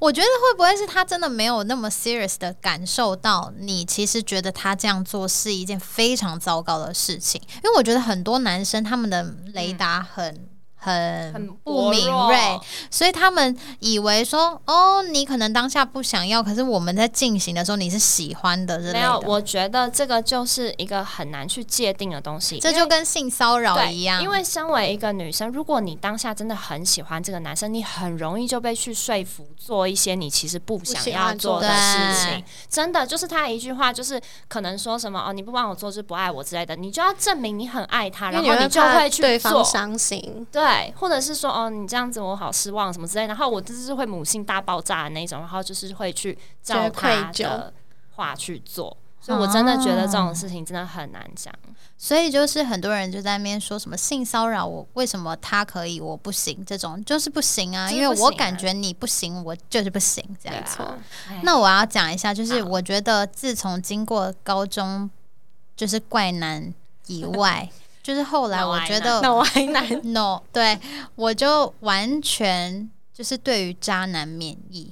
我觉得会不会是他真的没有那么 serious 的感受到你其实觉得他这样做是一件非常糟糕的事情？因为我觉得很多男生他们的雷达很、
嗯很
很不
薄
敏
弱
锐，所以他们以为说哦，你可能当下不想要，可是我们在进行的时候你是喜欢的之类的。
没有，我觉得这个就是一个很难去界定的东西，
这
因为
就跟性骚扰
对，
一样，啊
因为身为一个女生，如果你当下真的很喜欢这个男生，你很容易就被去说服做一些你其实不想要做的事
对
情。真的就是他一句话，就是可能说什么哦，你不帮我做就是不爱我之类的，你就要证明你很爱他， <laughs> 然
因为
后
你
你就
怕
会去
对
做
方。
<laughs>
伤心，
对，或者是说哦，你这样子我好失望什么之类的，然后我就是会母性大爆炸的那种，然后就是会去照
觉得愧
他
疚
的话去做，所以我真的觉得这种事情真的很难讲。啊
所以就是很多人就在那边说什么性骚扰我，为什么他可以我不行？这种就是不行啊，
就是
因为
不行
我
啊
感觉你不行，我就是不行这
对
样
啊
子。，
哎
那我要讲一下，就是
好
我觉得自从经过高中就是怪男以外， <laughs> 就是后来我觉得
那我还难
no，对我就完全就是对于渣男免疫。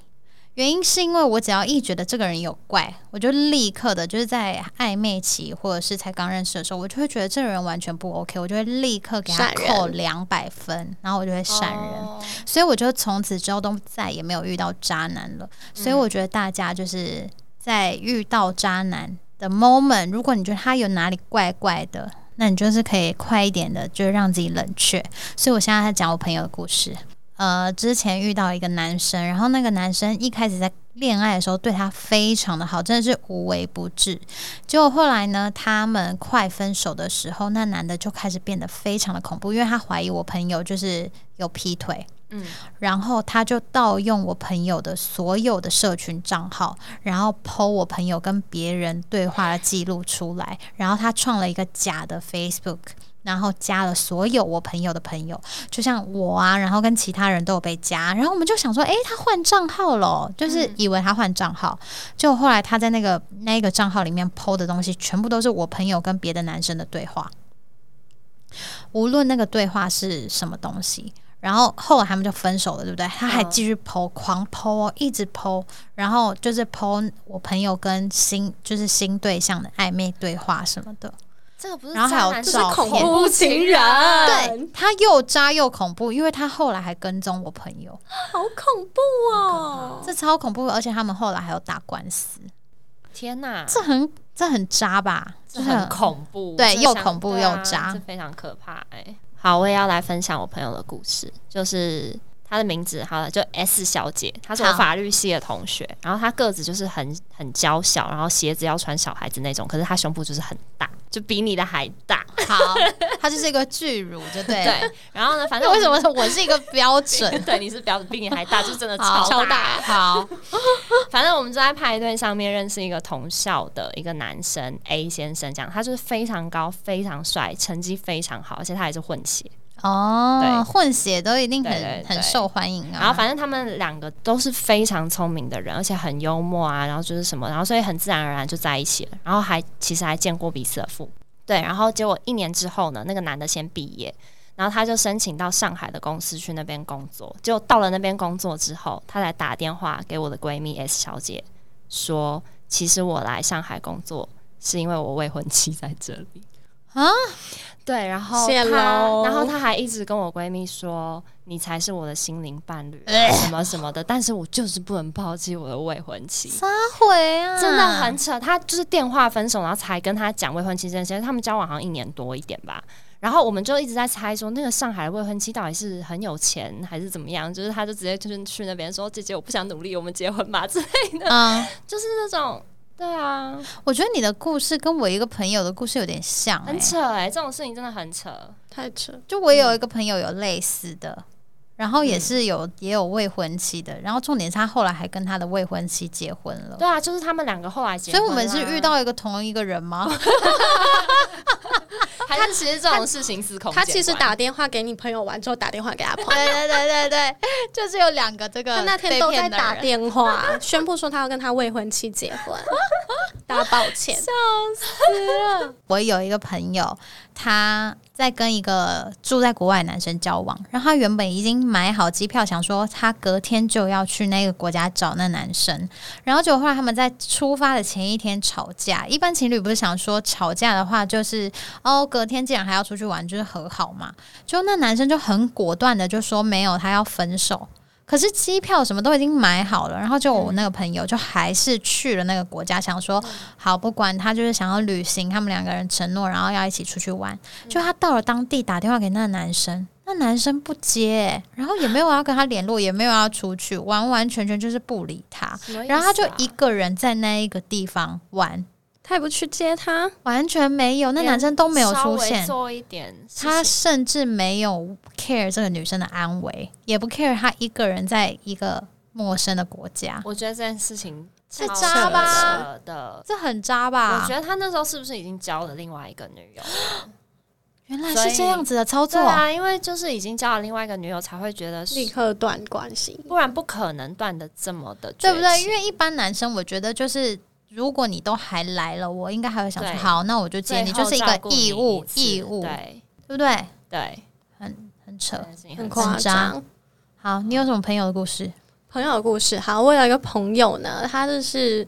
原因是因为我只要一觉得这个人有怪，我就立刻的就是在暧昧期或者是才刚认识的时候，我就会觉得这个人完全不 OK，我就会立刻给他
闪人
扣两百分，然后我就会闪人。
哦
所以我就从此之后都再也没有遇到渣男了。
嗯
所以我觉得大家就是在遇到渣男的 moment，如果你觉得他有哪里怪怪的，那你就是可以快一点的，就是让自己冷却。所以我现在在讲我朋友的故事。呃，之前遇到一个男生，然后那个男生一开始在恋爱的时候对他非常的好，真的是无微不至。结果后来呢，他们快分手的时候，那男的就开始变得非常的恐怖，因为他怀疑我朋友就是有劈腿，
嗯
然后他就盗用我朋友的所有的社群账号，然后剖我朋友跟别人对话的记录出来，然后他创了一个假的 Facebook。然后加了所有我朋友的朋友，就像我啊，然后跟其他人都有被加，然后我们就想说，诶，他换账号了哦，就是
嗯
以为他换账号，就后来他在那个那个账号里面剖的东西，全部都是我朋友跟别的男生的对话，无论那个对话是什么东西。然后后来他们就分手了，对不对？他还
嗯
继续剖，狂剖哦，一直剖，然后就是剖我朋友跟新就是新对象的暧昧对话什么的。
这个不是
然后还有
渣男
这
这
是
是
照
恐
恐片
怖
怖
情
情
人
人，
对他又渣又恐怖，因为他后来还跟踪我朋友，
好恐怖哦！
这超恐怖的，而且他们后来还有打官司，
天哪，
这很这很渣吧？
这
就是
很恐怖，
对
这
又
想
恐怖
对啊
又渣
这非常可怕哎、好，我也要来分享我朋友的故事，就是她的名字好了，就 S 小姐，她是我
好
法律系的同学，然后她个子就是很很娇小，然后鞋子要穿小孩子那种，可是她胸部就是很大，就比你的还大。
<laughs> 好，他就是一个巨乳，就对了。
对，然后呢，反正
那为什么我是一个标准？
<laughs> 对你是标准比你还大，就真的
<laughs> 好
超
大，好，
反正我们就在派对上面认识一个同校的一个男生 A 先生，这样他就是非常高、非常帅，成绩非常好，而且他还是混血。
哦，混血都一定
对对
很
对
很受欢迎啊。
然后反正他们两个都是非常聪明的人，而且很幽默啊，然后就是什么，然后所以很自然而然就在一起了。然后还其实还见过彼此的父母。对，然后结果一年之后呢，那个男的先毕业，然后他就申请到上海的公司去那边工作。结果到了那边工作之后，他才打电话给我的闺蜜 S 小姐说，其实我来上海工作是因为我未婚妻在这里。
啊，
对，然后
谢
她
喽
然后她还一直跟我闺蜜说，你才是我的心灵伴侣啊、
呃
什么什么的，但是我就是不能抛弃我的未婚
<laughs>
妻。
撒回啊，
真的很扯，她就是电话分手，然后才跟她讲未婚妻这件事。他们交往好像一年多一点吧，然后我们就一直在猜说，那个上海的未婚妻到底是很有钱还是怎么样？就是她就直接就是去那边说：“姐姐，我不想努力，我们结婚吧。” <laughs> 这
嗯，
就是那种，对啊，
我觉得你的故事跟我一个朋友的故事有点像、欸，
很扯哎、这种事情真的很扯。
太扯，
就我有一个朋友有类似的，然后也是有、也有未婚妻的，然后重点是他后来还跟他的未婚妻结婚了。
对啊，就是他们两个后来结啊
所以
婚啦，
我们是遇到一个同一个人吗？
还是其实这种事情司空
他
见
其实
惯
打电话给你朋友玩之后，打电话给他朋友。
对 <laughs> 对对对对， <laughs> 就是有两个这个
他那天
被
都
骗
在
的
打
人
电话， <laughs> 宣布说他要跟他未婚妻结
<laughs>
婚，大家抱歉。
我有一个朋友，他在跟一个住在国外的男生交往，然后他原本已经买好机票，想说他隔天就要去那个国家找那男生，然后结果后来他们在出发的前一天吵架。一般情侣不是想说吵架的话，就是哦，隔天既然还要出去玩，就是和好嘛。就那男生就很果断的就说没有，他要分手。可是机票什么都已经买好了，然后就我那个朋友就还是去了那个国家，想说好，不管他就是想要旅行，他们两个人承诺，然后要一起出去玩。
嗯
就他到了当地，打电话给那个男生，那男生不接，然后也没有要跟他联络，也没有要出去，完完全全就是不理他。
什么意
然后他就
思啊
一个人在那一个地方玩，
他也不去接他，
完全没有，那
连
男生都没有
稍
出
微
现。
做一点事情，
他甚至没有 care 这个女生的安危，也不 care 他一个人在一个陌生的国家，
我觉得这件事情
是
超
渣
扯
吧
的。
这很渣吧？
我觉得他那时候是不是已经交了另外一个女友？
原来
所
是
以
这样子的操
对
作，
啊，因为就是已经交了另外一个女友，才会觉得
立
是，
刻断关系。
不然不可能断的这么的，
对不对？因？为一般男生，我觉得就是。如果你都还来了，我应该还会想说，
对
好，那我就接
最
你，
后
就是一
照
个
顾你
义务
一，次
义务，
对
对不对？
对，
很扯。
很
夸
夸
张
张。
好，你有什么朋友的故事？
朋友的故事，好，我有一个朋友呢，他就是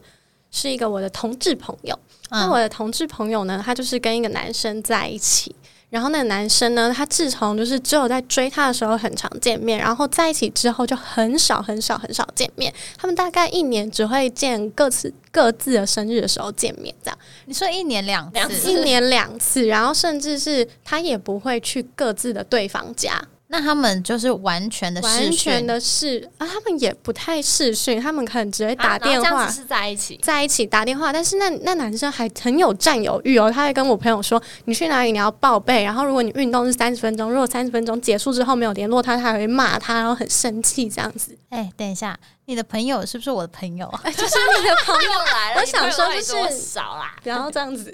是一个我的同志朋友。那我
嗯，
的同志朋友呢，他就是跟一个男生在一起，然后那个男生呢，他自从就是只有在追他的时候很常见面，然后在一起之后就很少很少很少见面，他们大概一年只会见各自各自的生日的时候见面，这样
你说一年两
两
次，
次
一年两次，然后甚至是他也不会去各自的对方家，
那他们就是完全的
完
视
全
讯，
的是啊，他们也不太视讯，他们可能只会
啊
打
然后
电
这样
话
子。是在一
<laughs>
起，
在一起打电话，但是那那男生还很有占有欲哦，他会跟我朋友说你去哪里你要报备，然后如果你运动是三十分钟，如果三十分钟结束之后没有联络他，他还会骂他，然后很生气这样
<laughs>
子。
哎、等一下，你的朋友是不是我的朋友？啊
哎
又来了。
我想
你
说
朋友
就
到底多
是
少啊啦，
不要这样子，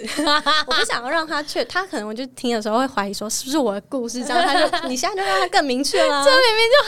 我不想要让他去，他可能我就听的时候会怀疑说是不是我的故事，这样他就你现在就让他更明确
<laughs>
啦。
就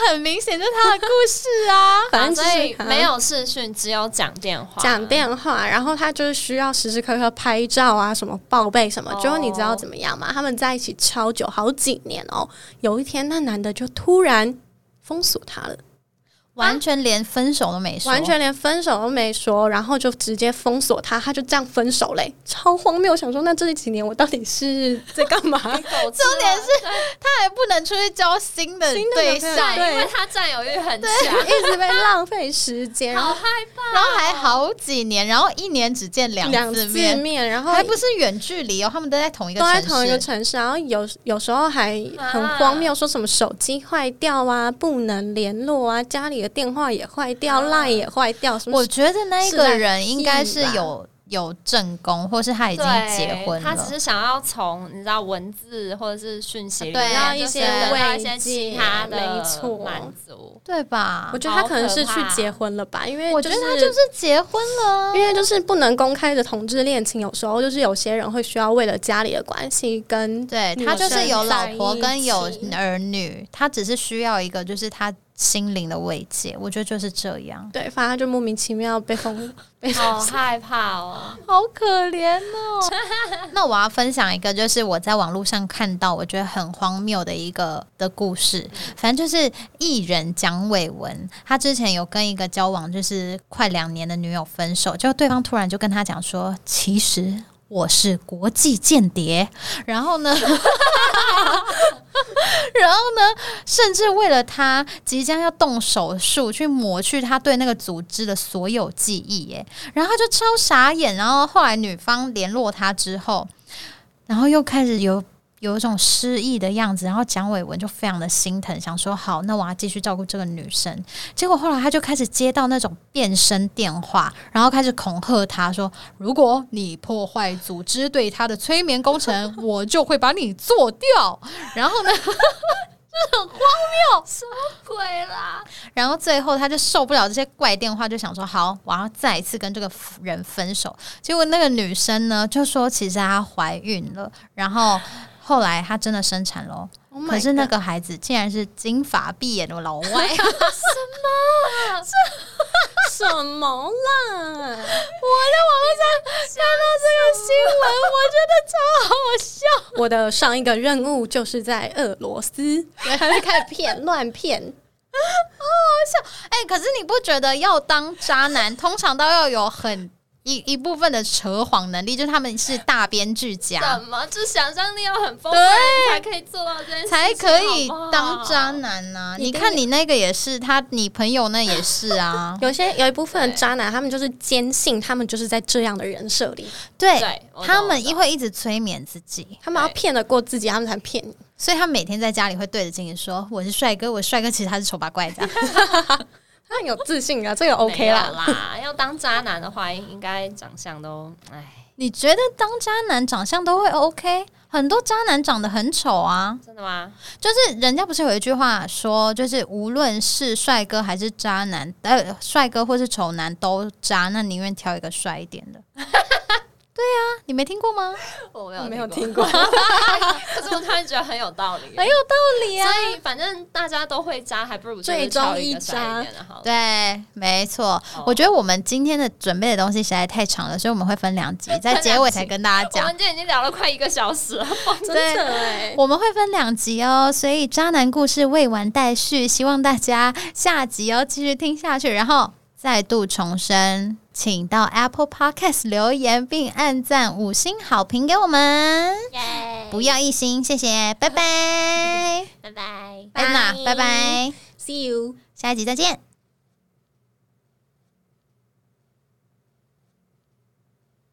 很明显，就是他的故事啊。
反
啊
正就
所以
是
没有视讯，只有讲电话，
讲电话，然后他就是需要时时刻刻拍照啊，什么报备什么。
哦
结果你知道怎么样吗？他们在一起超久，好几年哦。有一天，那男的就突然封锁他了，
<laughs> 完全连分手都没说，
完全连分手都没说，然后就直接封锁他，他就这样分手嘞，超荒谬。我想说，那这几年我到底是 <laughs> 在干嘛？
狗吃了。重点是
他还不能出去交新的
新的
对
女朋友
象，
对
因为他占有欲很强，
一直被浪费时间，然
好
后
害怕。
然后还好几年，然后一年只见两
两
次
次
面，
面，然后
还不是远距离哦，他们都在同一个
都在
城市，
同一个城市，然后有有时候还很荒谬，说什么手机坏掉啊，不能联络啊，家里的电话也坏掉，
啊
赖、也坏掉，什么
我觉得那一个人应该是
是
有有正宫，或是他已经
对，
结婚
他只
了。
是想要从你知道文字或者是讯息里
对
面
要
就
一
是
些
得到一
慰
些其
藉
他的
没错
满
<laughs>
足。
对吧
我？觉得他可能是
好
去
可怕
结婚了吧，因为、
我
就
觉
是、
得他就是结婚了啊，
因为就是不能公开的同志恋情，有时候就是有些人会需要为了家里的关系跟
对
女
他就是
生
有老
在
婆
一
跟有
起
儿女，他只是需要一个就是他心灵的慰藉。我觉得就是这样，
对，反正他就莫名其妙被封被封
好害怕
<laughs>
哦！
<laughs> 好可怜哦。 <laughs> 那我要分享一个，就是我在网络上看到我觉得很荒谬的一个的故事。反正就是艺人蒋伟文，他之前有跟一个交往就是快两年的女友分手，就对方突然就跟他讲说，其实。我是国际间谍，然后呢，然后呢，甚至为了他即将要动手术去抹去他对那个组织的所有记忆，耶，然后他就超傻眼。然后后来女方联络他之后，然后又开始有有一种失忆的样子，然后蒋伟文就非常的心疼，想说好，那我要继续照顾这个女生。结果后来他就开始接到那种变身电话，然后开始恐吓他说，如果你破坏组织对他的催眠工程，我就会把你做掉。然后呢，
鬼啦，
然后最后他就受不了这些怪电话，就想说好，我要再一次跟这个人分手。结果那个女生呢，就说其实她怀孕了，然后。后来她真的生产喽。
Oh my
可是那
God
个孩子竟然是金发碧眼的老外，
什么啦？我的上一个任务就是在俄罗斯，他就开始骗乱骗，
哎、可是你不觉得要当渣男，通常都要有很一一部分的扯谎能力，就是他们是大编剧家
怎么？就想象力要很丰富的人才可以做到这件事情，
才可以
好不好
当渣。男呐、
你
你
跟，
看你那个也是，他你朋友那也是啊
有些有一部分的渣男，他们就是坚信他们就是在这样的人设里，
对
对我懂
他
我
们
懂
因为一直催眠自己，
他们要
对
骗得过自己，他们才骗你。
所以他每天在家里会对着镜子说：“我是帅哥，我是帅哥。”其实他是丑八怪
<laughs>
的。
他很有自信啊，这个
没
OK
有
啦。
啦，要当渣男的话，应该长相都哎，
你觉得当渣男长相都会 OK？很多渣男长得很丑啊，
真的吗？
就是人家不是有一句话说，就是无论是帅哥还是渣男，呃，帅哥或是丑男都渣，那宁愿挑一个帅一点的。 <laughs> 对啊，你没听过吗？
我没
<laughs>
有
我没有
听
听
<laughs>
过，<laughs> 哎
可是我突然觉得很有道理，
很有
道理啊。所以反正大家都会渣，还不如就是
最终
挑一个
一
帅
渣
一点的好了。
对，没错。
哦
我觉得我们今天的准备的东西实在太长了，所以我们会分两
<laughs>
集，在结尾才跟大家
我
讲。
们今天已经聊了快一个小时了， <laughs>
真的哎，
<laughs> 我们会分两集哦，所以渣男故事未完待续，希望大家下集要继续听下去。然后再度重申，请到 Apple Podcast 留言并按赞五星好评给我们，
欸
耶
不要一星，谢谢，拜拜，
拜拜，
<laughs> 安娜，拜拜，
，See you。
下一集再见。